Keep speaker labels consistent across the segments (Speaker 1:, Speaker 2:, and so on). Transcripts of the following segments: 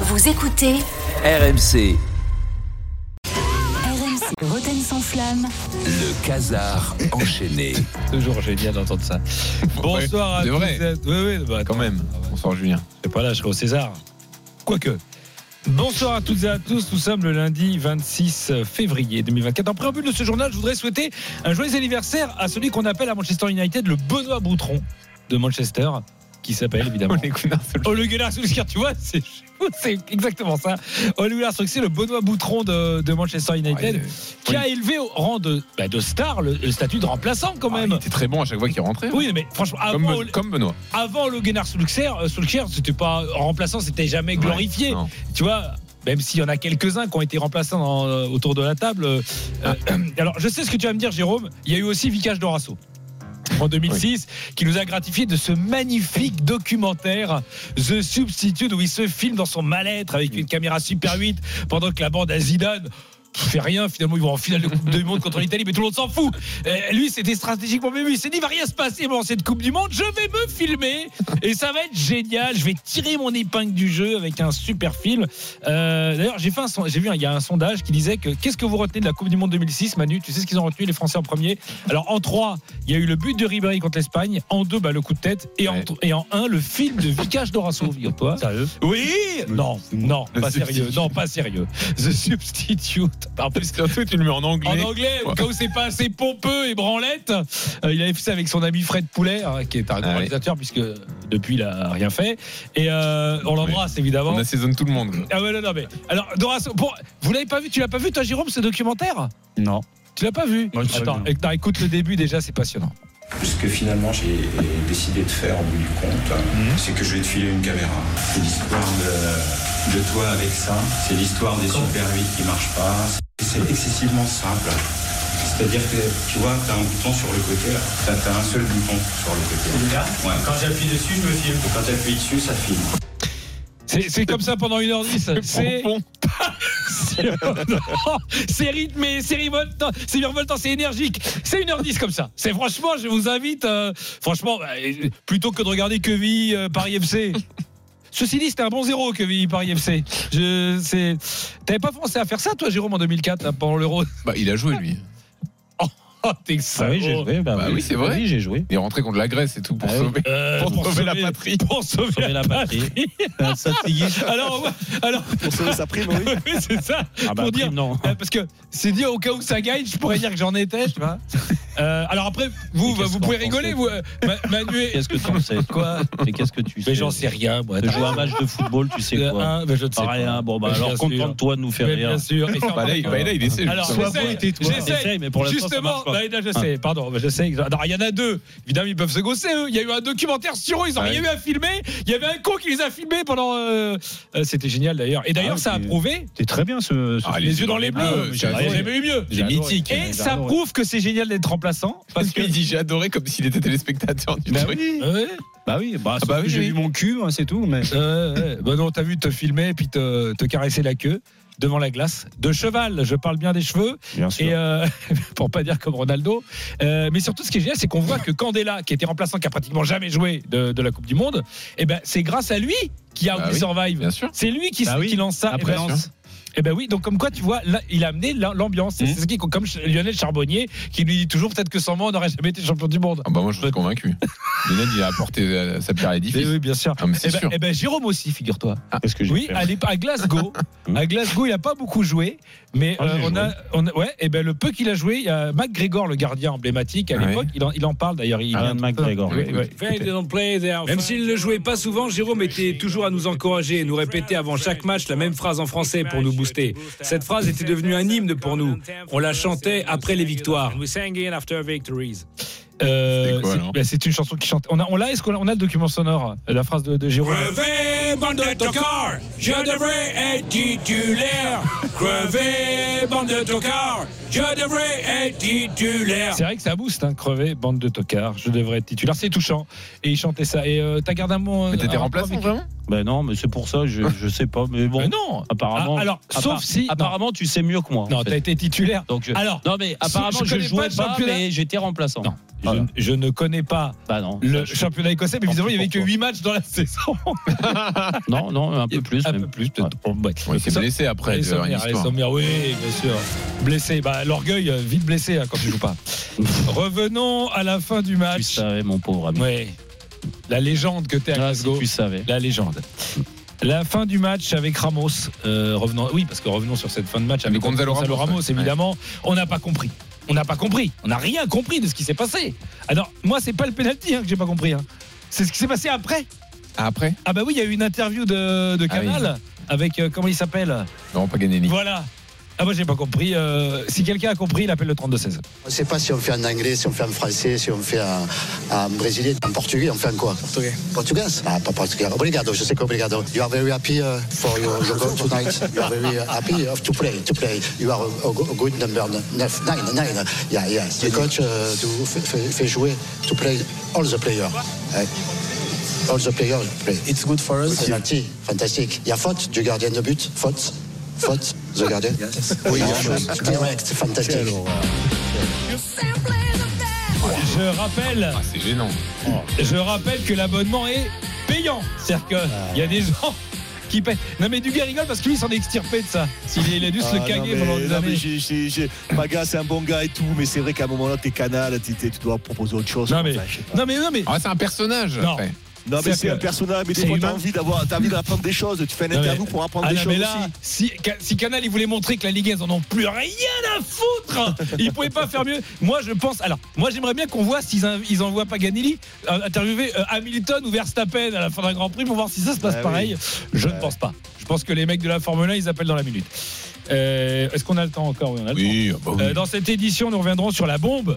Speaker 1: Vous écoutez
Speaker 2: RMC,
Speaker 1: RMC Roten sans flamme.
Speaker 2: le casar enchaîné.
Speaker 3: Toujours génial d'entendre ça. Bonsoir à
Speaker 4: c'est
Speaker 3: tous.
Speaker 4: vrai.
Speaker 3: et à- Oui, oui, bah,
Speaker 4: Quand même.
Speaker 3: Ah ouais,
Speaker 4: Bonsoir Julien.
Speaker 3: Je serai pas là, je serai au César. Quoique. Bonsoir à toutes et à tous. Nous sommes le lundi 26 février 2024. En préambule de ce journal, je voudrais souhaiter un joyeux anniversaire à celui qu'on appelle à Manchester United le Benoît Boutron de Manchester, qui s'appelle évidemment. Ole Gunnar Solskjaer, tu vois, c'est c'est exactement ça. Ole Gunnar Solskjaer, le Benoît Boutron de, de Manchester United, qui a élevé au rang de, bah, de star le, le statut de remplaçant quand
Speaker 4: Ah,
Speaker 3: même.
Speaker 4: il était très bon à chaque fois qu'il rentrait. hein.
Speaker 3: Oui, mais franchement,
Speaker 4: Comme,
Speaker 3: avant,
Speaker 4: Be- comme Benoît.
Speaker 3: avant le Guénard Solskjaer, euh, Solskjaer, c'était pas en remplaçant, c'était jamais glorifié.
Speaker 4: Non.
Speaker 3: Tu vois, même s'il y en a quelques-uns qui ont été remplaçants dans- euh, autour de la table. euh,
Speaker 4: Ah.
Speaker 3: euh, alors, je sais ce que tu vas me dire, Jérôme. Il y a eu aussi Vicage Dorasso. En 2006, qui nous a gratifié de ce magnifique documentaire The Substitute, où il se filme dans son mal-être avec une caméra Super 8 pendant que la bande à Zidane fait rien. Finalement, ils vont en finale de Coupe du Monde contre l'Italie, mais tout le monde s'en fout. Euh, lui, c'était stratégiquement prévu. Il s'est dit, il va rien se passer pendant cette Coupe du Monde. Je vais me filmer et ça va être génial. Je vais tirer mon épingle du jeu avec un super film. Euh, D'ailleurs, j'ai fait un, son- j'ai vu, un- il y a un sondage qui disait que qu'est-ce que vous retenez de la Coupe du Monde 2006, Manu Tu sais ce qu'ils ont retenu les Français en premier Alors en 3 il y a eu le but de Ribéry contre l'Espagne. En 2 bah, le coup de tête. Et, en,
Speaker 4: Ouais.
Speaker 3: et en 1 le film de Vicage Dorasso. Figure-toi.
Speaker 5: Sérieux
Speaker 3: Oui Non, non,
Speaker 4: Le
Speaker 3: pas
Speaker 4: substitut.
Speaker 3: sérieux. Non, pas sérieux. The Substitute. En plus,
Speaker 4: Surtout, tu le mets en
Speaker 3: en
Speaker 4: anglais.
Speaker 3: anglais, au
Speaker 4: Ouais.
Speaker 3: cas où c'est pas assez pompeux et branlette, euh, il avait fait ça avec son ami Fred Poulet, hein, qui est un grand
Speaker 4: Ah oui.
Speaker 3: réalisateur, puisque depuis il a rien fait. Et euh, on l'embrasse
Speaker 4: On
Speaker 3: évidemment.
Speaker 4: assaisonne tout le monde.
Speaker 3: Ah ouais, non, non, mais. Alors, Doras, bon, vous l'avez pas vu Tu l'as pas vu, toi, Jérôme, ce documentaire
Speaker 5: Non.
Speaker 3: Tu l'as pas vu
Speaker 5: Moi, je sais
Speaker 3: Attends,
Speaker 5: bien.
Speaker 3: écoute- écoute le début déjà, c'est passionnant.
Speaker 6: Ce que finalement j'ai décidé de faire au bout du compte, c'est que je vais te filer une caméra. C'est l'histoire de, de toi avec ça, c'est l'histoire des Super 8 qui marchent pas. C'est excessivement simple. C'est-à-dire que tu vois, t'as un bouton sur le côté là. T'as, t'as un seul bouton sur le côté. Celui-là Quand j'appuie dessus, je me filme. Quand t'appuies dessus, ça filme.
Speaker 7: Ah,
Speaker 3: C'est c'est comme ça pendant 1h10. C'est.
Speaker 4: Bon,
Speaker 3: c'est- non, C'est rythmé, c'est révoltant, c'est virevoltant, c'est énergique. C'est 1h10 comme ça. C'est franchement, je vous invite, euh, franchement, euh, plutôt que de regarder Queville euh, Paris FC. Ceci dit, c'était un bon zéro, Queville Paris FC. Je, c'est- T'avais pas pensé à faire ça, toi, Jérôme, en 2004, là, pendant l'Euro
Speaker 4: Bah, il a joué, lui.
Speaker 3: Oh, t'es
Speaker 5: Ah oui, j'ai
Speaker 3: salaud.
Speaker 5: joué.
Speaker 4: Bah oui, c'est vrai.
Speaker 5: Oui, j'ai joué.
Speaker 4: Il est rentré contre la Grèce et tout pour
Speaker 5: Ah oui.
Speaker 4: sauver.
Speaker 3: Euh,
Speaker 4: Pour sauver la patrie. Euh,
Speaker 3: Pour sauver,
Speaker 5: Sauver
Speaker 3: la
Speaker 5: la
Speaker 3: patrie.
Speaker 5: ça, c'est
Speaker 3: alors, on va- alors,
Speaker 8: pour sauver sa prime, oui.
Speaker 3: oui, c'est ça.
Speaker 5: Ah
Speaker 3: Pour
Speaker 5: bah,
Speaker 3: dire-
Speaker 5: dire... non.
Speaker 3: Euh, Parce que c'est dit au cas où ça gagne, je pourrais dire que j'en étais, tu vois. Euh, alors après, vous,
Speaker 5: Mais qu'est-ce
Speaker 3: vous pouvez
Speaker 5: qu'on
Speaker 3: rigoler,
Speaker 5: fait
Speaker 3: vous, euh, Ma- Manu. et-
Speaker 5: Qu'est-ce que t'en sais
Speaker 3: Quoi
Speaker 5: Mais qu'est-ce que tu sais
Speaker 3: Mais j'en sais rien, moi.
Speaker 5: De jouer un match de football, tu sais
Speaker 3: Euh,
Speaker 5: quoi
Speaker 3: un, mais je ne sais
Speaker 5: Pareil,
Speaker 3: pas.
Speaker 5: hein. Bon, bah
Speaker 3: Mais
Speaker 5: alors
Speaker 3: bien sûr.
Speaker 5: contente-toi de nous faire
Speaker 3: Mais
Speaker 5: rire.
Speaker 3: bien sûr. Et faire
Speaker 4: Bah là, il- bah, là, il essaie.
Speaker 3: Alors,
Speaker 4: justement.
Speaker 3: sois bon.
Speaker 4: Ouais.
Speaker 3: tais-toi. J'essaie.
Speaker 5: J'essaye, mais pour l'instant, ça
Speaker 3: Justement,
Speaker 5: marche pas. Hein.
Speaker 3: bah, là, je sais, pardon, bah, je sais. Alors, il y en a deux. Évidemment, ils peuvent se gausser, eux. Il y a eu un documentaire sur eux, ils ont
Speaker 5: Ah
Speaker 4: Ouais.
Speaker 3: rien eu à filmer. Il y avait un con qui les a filmés pendant. euh, euh, C'était génial d'ailleurs. Et d'ailleurs,
Speaker 5: Ah,
Speaker 3: ça a
Speaker 5: ok.
Speaker 3: prouvé
Speaker 5: T'es très bien ce.
Speaker 4: Ah,
Speaker 3: les, yeux dans les bleus.
Speaker 4: j'ai
Speaker 3: J'ai
Speaker 5: adoré.
Speaker 3: jamais eu mieux.
Speaker 5: J'ai adoré.
Speaker 3: Et
Speaker 5: J'ai
Speaker 3: ça
Speaker 5: adoré.
Speaker 3: prouve que c'est génial d'être remplaçant. Parce que.
Speaker 4: Il dit j'ai adoré comme s'il était téléspectateur du
Speaker 5: Bah
Speaker 4: truc.
Speaker 5: oui,
Speaker 3: Ouais,
Speaker 5: bah oui, bah,
Speaker 4: bah
Speaker 5: sauf que
Speaker 4: oui,
Speaker 5: j'ai
Speaker 4: oui.
Speaker 5: vu mon cul, hein, c'est tout. Mais
Speaker 3: ouais, ouais. Bah non, t'as vu te filmer et puis te, te caresser la queue devant la glace. De cheval, je parle bien des cheveux.
Speaker 5: bien
Speaker 3: Et euh, pour pas dire comme Ronaldo. Euh, mais surtout, ce qui est génial, c'est qu'on voit que Candela, qui était remplaçant, qui a pratiquement jamais joué de, de la Coupe du Monde, eh ben, c'est grâce à lui qu'il y a
Speaker 4: Bah
Speaker 3: We
Speaker 4: oui,
Speaker 3: Survive.
Speaker 4: Bien sûr.
Speaker 3: C'est lui qui,
Speaker 5: Bah oui,
Speaker 3: qui lance ça.
Speaker 5: après
Speaker 3: Eh ben,
Speaker 5: Lens.
Speaker 3: Eh ben oui, donc comme quoi tu vois, là, il a amené la- l'ambiance. C'est ce qui, comme Lionel Charbonnier, qui lui dit toujours peut-être que sans moi on n'aurait jamais été champion du monde.
Speaker 4: Ah bah moi, je suis convaincu. Lionel, il a apporté euh, sa pierre à
Speaker 3: Eh
Speaker 4: l'édifice.
Speaker 3: oui, bien sûr.
Speaker 4: Ah, mais
Speaker 3: Eh
Speaker 4: c'est
Speaker 3: ben,
Speaker 4: sûr.
Speaker 3: eh ben, Jérôme aussi, figure-toi.
Speaker 5: Qu'est-ce que j'ai
Speaker 3: Oui,
Speaker 5: fait hein.
Speaker 3: à, l'ép- à Glasgow. à Glasgow, il n'a pas beaucoup joué, mais
Speaker 5: Ah,
Speaker 3: euh,
Speaker 5: j'ai
Speaker 3: on,
Speaker 5: joué.
Speaker 3: a, on a- ouais, et ben le peu qu'il a joué, il y a McGregor, le gardien emblématique à
Speaker 5: Ah
Speaker 4: Ouais.
Speaker 3: l'époque. Il, en, il en parle d'ailleurs. Il vient
Speaker 5: Alain
Speaker 3: de-
Speaker 5: McGregor.
Speaker 4: Oui, oui.
Speaker 9: Même s'il ne jouait pas souvent, Jérôme était toujours à nous encourager et nous répétait avant chaque match la même phrase en français pour nous booster. Cette phrase était devenue un hymne pour nous. On la chantait après les victoires.
Speaker 3: Euh,
Speaker 4: C'était quoi,
Speaker 3: c'est-
Speaker 4: alors
Speaker 3: ben, C'est une chanson qui chante. On a, on l'a. Est-ce qu'on a, on a le document sonore, euh, la phrase de, de Jérôme.
Speaker 9: Crevez, bande de tocards, je devrais être titulaire. Crevez, bande de tocards, je devrais être titulaire.
Speaker 3: C'est vrai que ça booste, hein, crevé, bande de tocards. Je devrais être titulaire, c'est touchant. Et il chantait ça. Et euh, t'as gardé un mot.
Speaker 4: Mais t'étais
Speaker 3: un rapport
Speaker 4: remplaçant,
Speaker 3: avec-
Speaker 4: vraiment
Speaker 5: Ben non, mais c'est pour ça, je, je sais pas. Mais bon,
Speaker 3: Mais non.
Speaker 5: apparemment.
Speaker 3: Ah, alors,
Speaker 5: appar-
Speaker 3: sauf si-
Speaker 5: Apparemment, tu sais mieux que moi. en
Speaker 3: Non,
Speaker 5: fait.
Speaker 3: t'as été titulaire.
Speaker 5: Donc, je-
Speaker 3: Alors,
Speaker 5: non, mais apparemment,
Speaker 3: je
Speaker 5: je,
Speaker 3: connais pas
Speaker 5: jouais
Speaker 3: le
Speaker 5: pas,
Speaker 3: championnat.
Speaker 5: mais j'étais remplaçant.
Speaker 3: Non. Je,
Speaker 5: Voilà.
Speaker 3: je ne connais pas
Speaker 5: Bah non.
Speaker 3: le
Speaker 5: Ça, je-
Speaker 3: championnat écossais, mais
Speaker 5: Tant
Speaker 3: évidemment,
Speaker 5: pis
Speaker 3: il n'y avait
Speaker 5: pour
Speaker 3: que
Speaker 5: toi.
Speaker 3: 8 matchs dans la saison.
Speaker 5: Non, non, un peu plus.
Speaker 3: Un
Speaker 5: même.
Speaker 3: peu plus, peut-être. Bon, ouais.
Speaker 4: Bon, il s'est
Speaker 3: Ça-
Speaker 4: blessé après.
Speaker 3: Allez,
Speaker 4: de- une
Speaker 3: Sommière, allez,
Speaker 4: histoire.
Speaker 3: Sommière, oui, bien sûr. Blessé, bah, l'orgueil, euh, vite blessé hein, quand tu joues pas. Revenons à la fin du
Speaker 5: Tu
Speaker 3: match.
Speaker 5: savais, mon pauvre ami.
Speaker 3: Ouais. La légende que t'es à
Speaker 5: Ah, si
Speaker 3: Glasgow.
Speaker 5: tu savais.
Speaker 3: La légende. La fin du match avec Ramos. euh, revenons, oui, parce que revenons sur cette fin de match avec
Speaker 4: Gonzalo Ramos,
Speaker 3: Ramos,
Speaker 4: ouais.
Speaker 3: évidemment. On n'a pas compris. On n'a pas compris. On n'a rien compris de ce qui s'est passé. Alors, moi, c'est pas le penalty hein, que j'ai pas compris. hein. C'est ce qui s'est passé après.
Speaker 4: Ah, après
Speaker 3: Ah bah oui, il y a eu une interview de, de
Speaker 4: Ah oui.
Speaker 3: Canal avec euh, comment il s'appelle
Speaker 4: Non, pas Ganelli.
Speaker 3: Voilà. Ah moi j'ai pas compris. Euh, si quelqu'un a compris, il appelle le 32-16.
Speaker 8: On ne sait pas si on fait en anglais, si on fait en français, si on fait en, en brésilien, en portugais, on fait en quoi Portugais. Portugais Ah, pas portugais. Obrigado, je sais qu'obrigado. You are very happy uh, for your, your goal tonight. You are very happy of to play, to play. You are a, a go- a good number nef- nine, nine. Yeah, yeah. The coach uh, do, fait, fait- fait jouer, to play all the players. Eh, all the players play. It's good for us. Penalty, fantastique. Il y a faute du gardien de but, faute, faute, the gardien. Oui, direct, fantastique.
Speaker 3: Je rappelle,
Speaker 4: Ah, c'est gênant.
Speaker 3: je rappelle que l'abonnement est payant. C'est-à-dire que il y a des gens qui paient. Non mais Duguay rigole parce que lui il s'en est extirpé de ça. Il, il a dû se le
Speaker 7: Ah,
Speaker 3: caguer
Speaker 7: non, mais-
Speaker 3: pendant des
Speaker 7: non, mais
Speaker 3: années.
Speaker 7: j'ai- j'ai- j'ai- Maga, c'est un bon gars et tout, mais c'est vrai qu'à un moment là, t'es canal, t'es- t'es- tu dois proposer autre chose.
Speaker 3: Non, mais-
Speaker 7: Enfin, je sais pas.
Speaker 3: Non mais non mais.
Speaker 4: Ah, c'est un personnage.
Speaker 3: Non.
Speaker 4: après.
Speaker 7: Non, mais
Speaker 3: c'est
Speaker 7: c'est
Speaker 3: que-
Speaker 7: un personnage, mais
Speaker 3: c'est
Speaker 7: des fois, t'as
Speaker 3: humain.
Speaker 7: envie d'avoir, t'as envie d'apprendre des choses. Tu fais un
Speaker 3: Non, mais-
Speaker 7: interview pour apprendre
Speaker 3: Ah
Speaker 7: des
Speaker 3: non,
Speaker 7: choses
Speaker 3: mais là,
Speaker 7: aussi.
Speaker 3: si, Ca- si Canal il voulait montrer que la Ligue 1 en ont plus rien à foutre, hein. ils pouvaient pas faire mieux. Moi je pense, alors moi j'aimerais bien qu'on voit s'ils in- ils envoient Paganelli euh, interviewer euh, Hamilton ou Verstappen à la fin d'un Grand Prix pour voir si ça se passe
Speaker 7: Ah oui.
Speaker 3: pareil. Je ne
Speaker 7: Ouais.
Speaker 3: pense pas. Je pense que les mecs de la Formule 1 ils appellent dans la minute. Euh, Est-ce qu'on a le temps encore Oui, on a le temps.
Speaker 4: Oui, ah bah oui.
Speaker 3: Euh, dans cette édition, nous reviendrons sur la bombe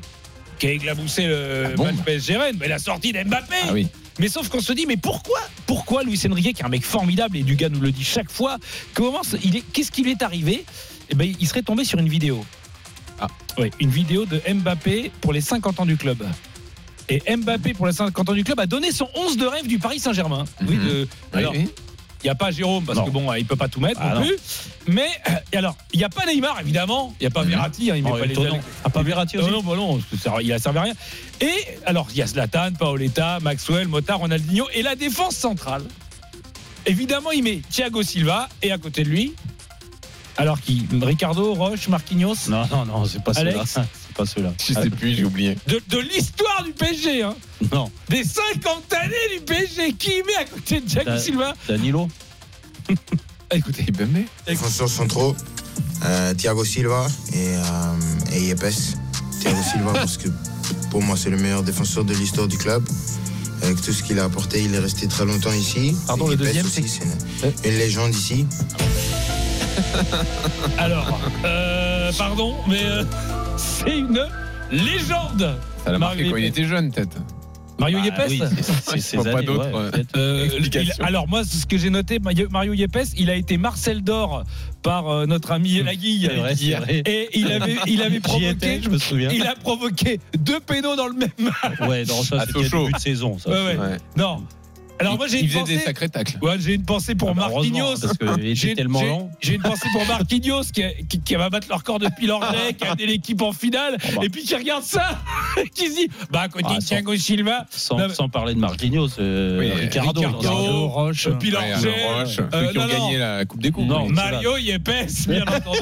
Speaker 3: qui a éclaboussé le
Speaker 4: La bombe.
Speaker 3: match PSG Rennes, mais la sortie d'Mbappé.
Speaker 4: Ah oui.
Speaker 3: Mais sauf qu'on se dit, mais pourquoi Pourquoi Luis Enrique, qui est un mec formidable, et Dugas nous le dit chaque fois, comment ce- il est, qu'est-ce qui lui est arrivé Eh ben, il serait tombé sur une vidéo.
Speaker 4: Ah.
Speaker 3: Oui, une vidéo de Mbappé pour les 50 ans du club. Et Mbappé, pour les 50 ans du club, a donné son 11 de rêve du Paris Saint-Germain. Oui,
Speaker 4: Mhm.
Speaker 3: de-
Speaker 4: Oui,
Speaker 3: alors,
Speaker 4: oui.
Speaker 3: il n'y a pas Jérôme parce
Speaker 5: Non.
Speaker 3: que bon, il peut pas tout mettre
Speaker 5: Ah,
Speaker 3: non
Speaker 5: non.
Speaker 3: plus. Mais euh, et alors, il n'y a pas Neymar évidemment, il n'y a pas
Speaker 4: Mhm.
Speaker 3: Verratti, hein, il met
Speaker 5: Oh,
Speaker 3: pas les
Speaker 5: étonnant.
Speaker 3: Allemands.
Speaker 5: Ah, pas Verratti
Speaker 3: Non,
Speaker 5: aussi
Speaker 3: non, bah non, ça- il a servi à rien. Et alors, il y a Zlatan, Paoletta, Maxwell, Motard, Ronaldinho et la défense centrale. Évidemment, il met Thiago Silva et à côté de lui, alors qui Ricardo, Roche, Marquinhos,
Speaker 5: Non, non, non, c'est pas cela.
Speaker 3: Alex.
Speaker 5: C'est pas cela.
Speaker 4: Je
Speaker 3: euh,
Speaker 4: sais plus, j'ai oublié.
Speaker 3: de, de l'histoire du PSG, hein,
Speaker 5: Non,
Speaker 3: des 50 années du PSG, qui met à côté de Thiago
Speaker 5: Euh,
Speaker 3: Silva
Speaker 5: Danilo.
Speaker 3: Écoutez,
Speaker 4: Kimpembe
Speaker 10: Défenseurs centraux, euh, Thiago Silva et, euh, et Yepes. Thiago Silva, parce que pour moi, c'est le meilleur défenseur de l'histoire du club. Avec tout ce qu'il a apporté, il est resté très longtemps ici.
Speaker 3: Pardon, le
Speaker 10: Yepes
Speaker 3: deuxième,
Speaker 10: aussi, c'est
Speaker 3: Euh.
Speaker 10: une, une légende ici.
Speaker 3: Alors, euh, pardon, mais euh, c'est une légende.
Speaker 4: Ça l'a marqué
Speaker 3: Mario
Speaker 4: quand il
Speaker 3: Yepes.
Speaker 4: était jeune, peut-être.
Speaker 3: Mario
Speaker 5: Ah,
Speaker 3: Yepes
Speaker 5: oui, c'est- c'est
Speaker 4: Je
Speaker 5: ses
Speaker 4: vois pas
Speaker 5: années,
Speaker 4: d'autres,
Speaker 5: ouais,
Speaker 4: euh,
Speaker 5: peut-être.
Speaker 3: Euh,
Speaker 4: Explication.
Speaker 3: il- alors moi, ce que j'ai noté, Mario- Mario Yepes, il a été Marcel d'or par euh, notre ami Laguille.
Speaker 5: C'est vrai, c'est vrai.
Speaker 3: Et il avait, il avait
Speaker 5: J'y étais,
Speaker 3: provoqué,
Speaker 5: je me souviens.
Speaker 3: il a provoqué deux pénaux dans le même match.
Speaker 5: Ouais, non, ça
Speaker 4: À
Speaker 5: c'était le
Speaker 4: Sochaux.
Speaker 5: début de saison. Ça.
Speaker 3: Ouais, ouais.
Speaker 4: Ouais.
Speaker 3: Non. Alors
Speaker 4: Il-
Speaker 3: moi j'ai
Speaker 4: Il
Speaker 3: une
Speaker 4: faisait des
Speaker 3: pensée.
Speaker 4: sacrés tacles.
Speaker 3: Ouais, j'ai une pensée pour
Speaker 5: Ah bah, heureusement,
Speaker 3: Marquinhos.
Speaker 5: Parce qu'il
Speaker 3: J'ai
Speaker 5: était tellement
Speaker 3: j'ai-
Speaker 5: lent.
Speaker 3: j'ai une pensée pour Marquinhos qui, qui- qui va battre leur corps depuis l'anglais, qui a amené l'équipe en finale,
Speaker 5: bah.
Speaker 3: et puis qui regarde ça, qui se dit Bah, à côté
Speaker 5: Ah,
Speaker 3: de
Speaker 5: sans-
Speaker 3: Thiago Silva,
Speaker 5: Sans,
Speaker 3: Non, mais-
Speaker 5: sans parler de Marquinhos, euh,
Speaker 4: Oui,
Speaker 5: Ricardo,
Speaker 3: Ricardo,
Speaker 5: Ricardo, Roche.
Speaker 3: euh, Pilar
Speaker 4: Ouais,
Speaker 3: Gel,
Speaker 4: Alain Roche,
Speaker 3: euh,
Speaker 4: ceux qui
Speaker 3: non,
Speaker 4: ont
Speaker 3: non.
Speaker 4: gagné la Coupe des Coupes.
Speaker 5: Non,
Speaker 4: oui.
Speaker 5: mais-
Speaker 3: Mario Yepes, bien entendu.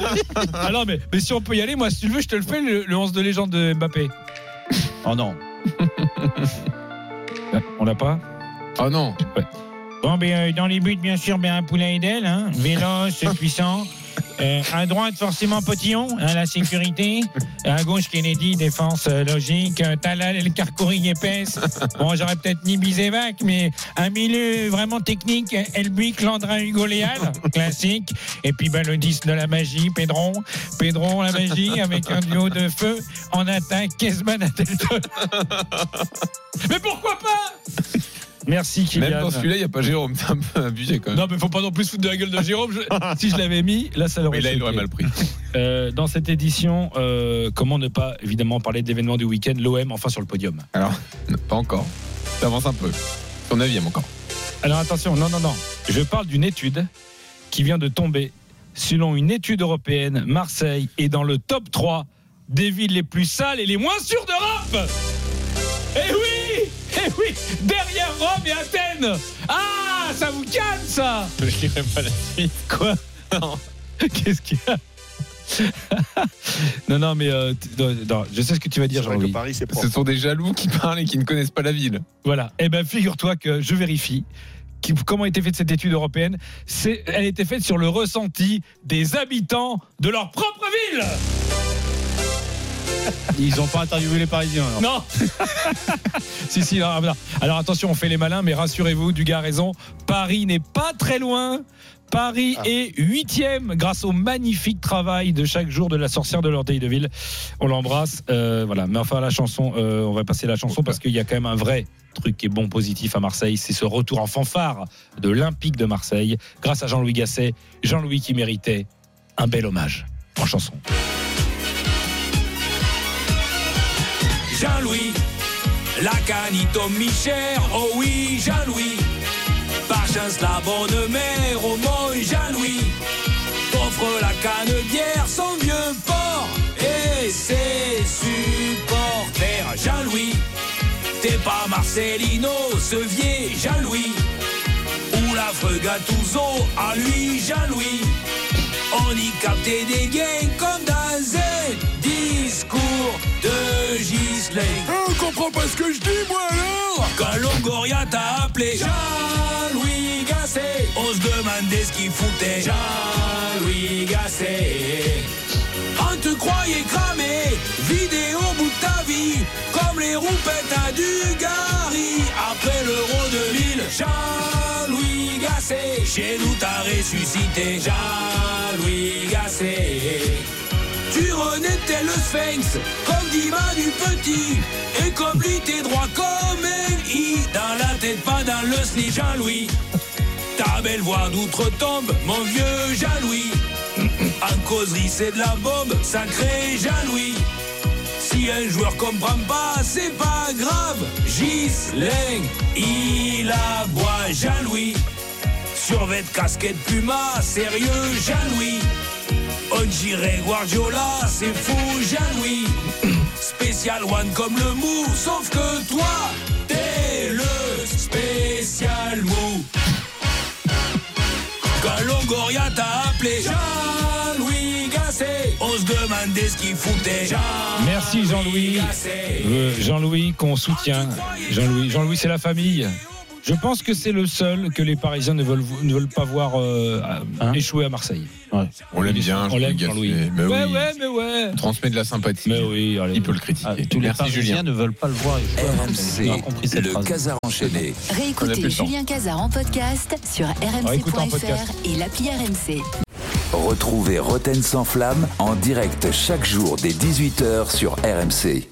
Speaker 3: Alors, mais, mais si on peut y aller, moi, si tu le veux, je te le fais, le, le 11 de légende de Mbappé.
Speaker 5: Oh non.
Speaker 3: On l'a pas
Speaker 4: Oh non,
Speaker 3: Bon, ben, euh, dans les buts, bien sûr, ben, un poulet et d'aile, hein. Véloce, puissant. Euh, à droite, forcément, Potillon, hein, la sécurité. À gauche, Kennedy, défense euh, logique. Euh, Talal, El Karkouri, épaisse. Bon, j'aurais peut-être ni Bizevac, mais un milieu vraiment technique. Elbuic, Landra, Hugo Léal, classique. Et puis, ben, le 10 de la magie, Pedron. Pedron, la magie, avec un duo de feu. En attaque, Kesman, Adelton. Mais pourquoi pas Merci, Kylian.
Speaker 4: même dans celui-là, il n'y a pas Jérôme. C'est un peu abusé quand même.
Speaker 3: Non, mais faut pas non plus se foutre de la gueule de Jérôme. Je- si je l'avais mis, là, ça l'aurait
Speaker 4: mais là, il aurait
Speaker 3: sauté.
Speaker 4: mal pris.
Speaker 3: Euh, dans cette édition, euh, comment ne pas évidemment parler de l'événement du week-end, l'OM enfin sur le podium.
Speaker 4: Alors, non, pas encore. T'avances un peu. Ton neuvième encore.
Speaker 3: Alors attention, non, non, non. Je parle d'une étude qui vient de tomber. Selon une étude européenne, Marseille est dans le top 3 des villes les plus sales et les moins sûres d'Europe. Eh oui Eh oui Derrière Rome et Athènes Ah Ça vous calme, ça
Speaker 4: Je lirai pas la suite.
Speaker 3: Quoi Non. Qu'est-ce qu'il y a Non, non, mais euh, t- non, non, je sais ce que tu vas
Speaker 7: C'est
Speaker 3: dire,
Speaker 7: vrai
Speaker 3: Jean-Louis.
Speaker 7: que Paris, c'est propre.
Speaker 4: Ce sont des jaloux qui parlent et qui ne connaissent pas la ville.
Speaker 3: Voilà. Eh ben, figure-toi que je vérifie. qui- Comment était faite cette étude européenne C'est, Elle était faite sur le ressenti des habitants de leur propre ville
Speaker 5: Ils n'ont pas interviewé les Parisiens. alors.
Speaker 3: Non Si, si, non, non. alors attention, on fait les malins, mais rassurez-vous, Dugas a raison. Paris n'est pas très loin. Paris est huitième grâce au magnifique travail de chaque jour de la sorcière de l'orteil de ville. On l'embrasse, euh, voilà. Mais enfin, la chanson, euh, on va passer la chanson parce qu'il y a quand même un vrai truc qui est bon, positif à Marseille. C'est ce retour en fanfare de l'Olympique de Marseille grâce à Jean-Louis Gasset. Jean-Louis qui méritait un bel hommage en chanson.
Speaker 2: Jean-Louis, la canne tombe mi-chère, oh oui, Jean-Louis. Par chance, la bonne mère, au moins, Jean-Louis. T'offre la canne bière, son vieux port et ses supporters. Jean-Louis, t'es pas Marcelino, ce vieux Jean-Louis. Ou la Fregatouzo, à lui, Jean-Louis. On y captait des gains comme dans un discours de Gisley. Ah, On comprend pas ce que je dis, moi alors Quand Longoria t'a appelé Jean-Louis Gasset, on se demandait ce qu'il foutait. Jean-Louis Gasset. On te croyait cramé, vidé au bout de ta vie, comme les roupettes à Dugarry. Après l'euro 2000, Jean-Louis Gasset, chez nous t'as ressuscité. Jean-Louis Gasset. Tu renaîtais le sphinx, comme dit Manu Petit. Et comme lui, t'es droit comme un i. Dans la tête, pas dans le slip, Jean-Louis. Ta belle voix d'outre-tombe, mon vieux Jean-Louis. En causerie, c'est de la bombe, sacré Jean-Louis. Si un joueur comprend pas, c'est pas grave. Gislin, il aboie Jean-Louis. Survette, casquette, puma, sérieux Jean-Louis. On dirait Guardiola, c'est fou, Jean-Louis. Spécial One comme le mou, sauf que toi, t'es le spécial mou. Quand Longoria t'a appelé Jean-Louis Gasset, on se demandait ce qu'il foutait. Jean-Louis
Speaker 3: Merci, Jean-Louis.
Speaker 2: Gasset.
Speaker 3: Euh, Jean-Louis qu'on soutient. Jean-Louis, Jean-Louis, c'est la famille. Je pense que c'est le seul que les Parisiens ne veulent, ne veulent pas voir euh,
Speaker 5: Hein
Speaker 3: échouer à Marseille.
Speaker 4: On l'aime bien,
Speaker 3: On l'aime, Jean-Louis.
Speaker 4: Jean-Louis Gasset. Mais
Speaker 3: ouais,
Speaker 4: oui,
Speaker 3: ouais, mais ouais.
Speaker 4: il transmet de la sympathie.
Speaker 3: Mais oui, allez.
Speaker 4: Il peut le
Speaker 5: Ah,
Speaker 4: critiquer.
Speaker 5: tous les
Speaker 4: Merci
Speaker 5: Parisiens
Speaker 4: Julien.
Speaker 5: ne veulent pas le voir. et je crois qu'ils ont compris cette phrase.
Speaker 2: Casar enchaîné.
Speaker 4: On a plus
Speaker 1: Réécoutez
Speaker 4: le temps.
Speaker 1: Julien Cazard en podcast sur
Speaker 3: écoute en podcast.
Speaker 1: rmc.fr et l'appli RMC.
Speaker 2: Retrouvez Roten sans flamme en direct chaque jour dès 18h sur RMC.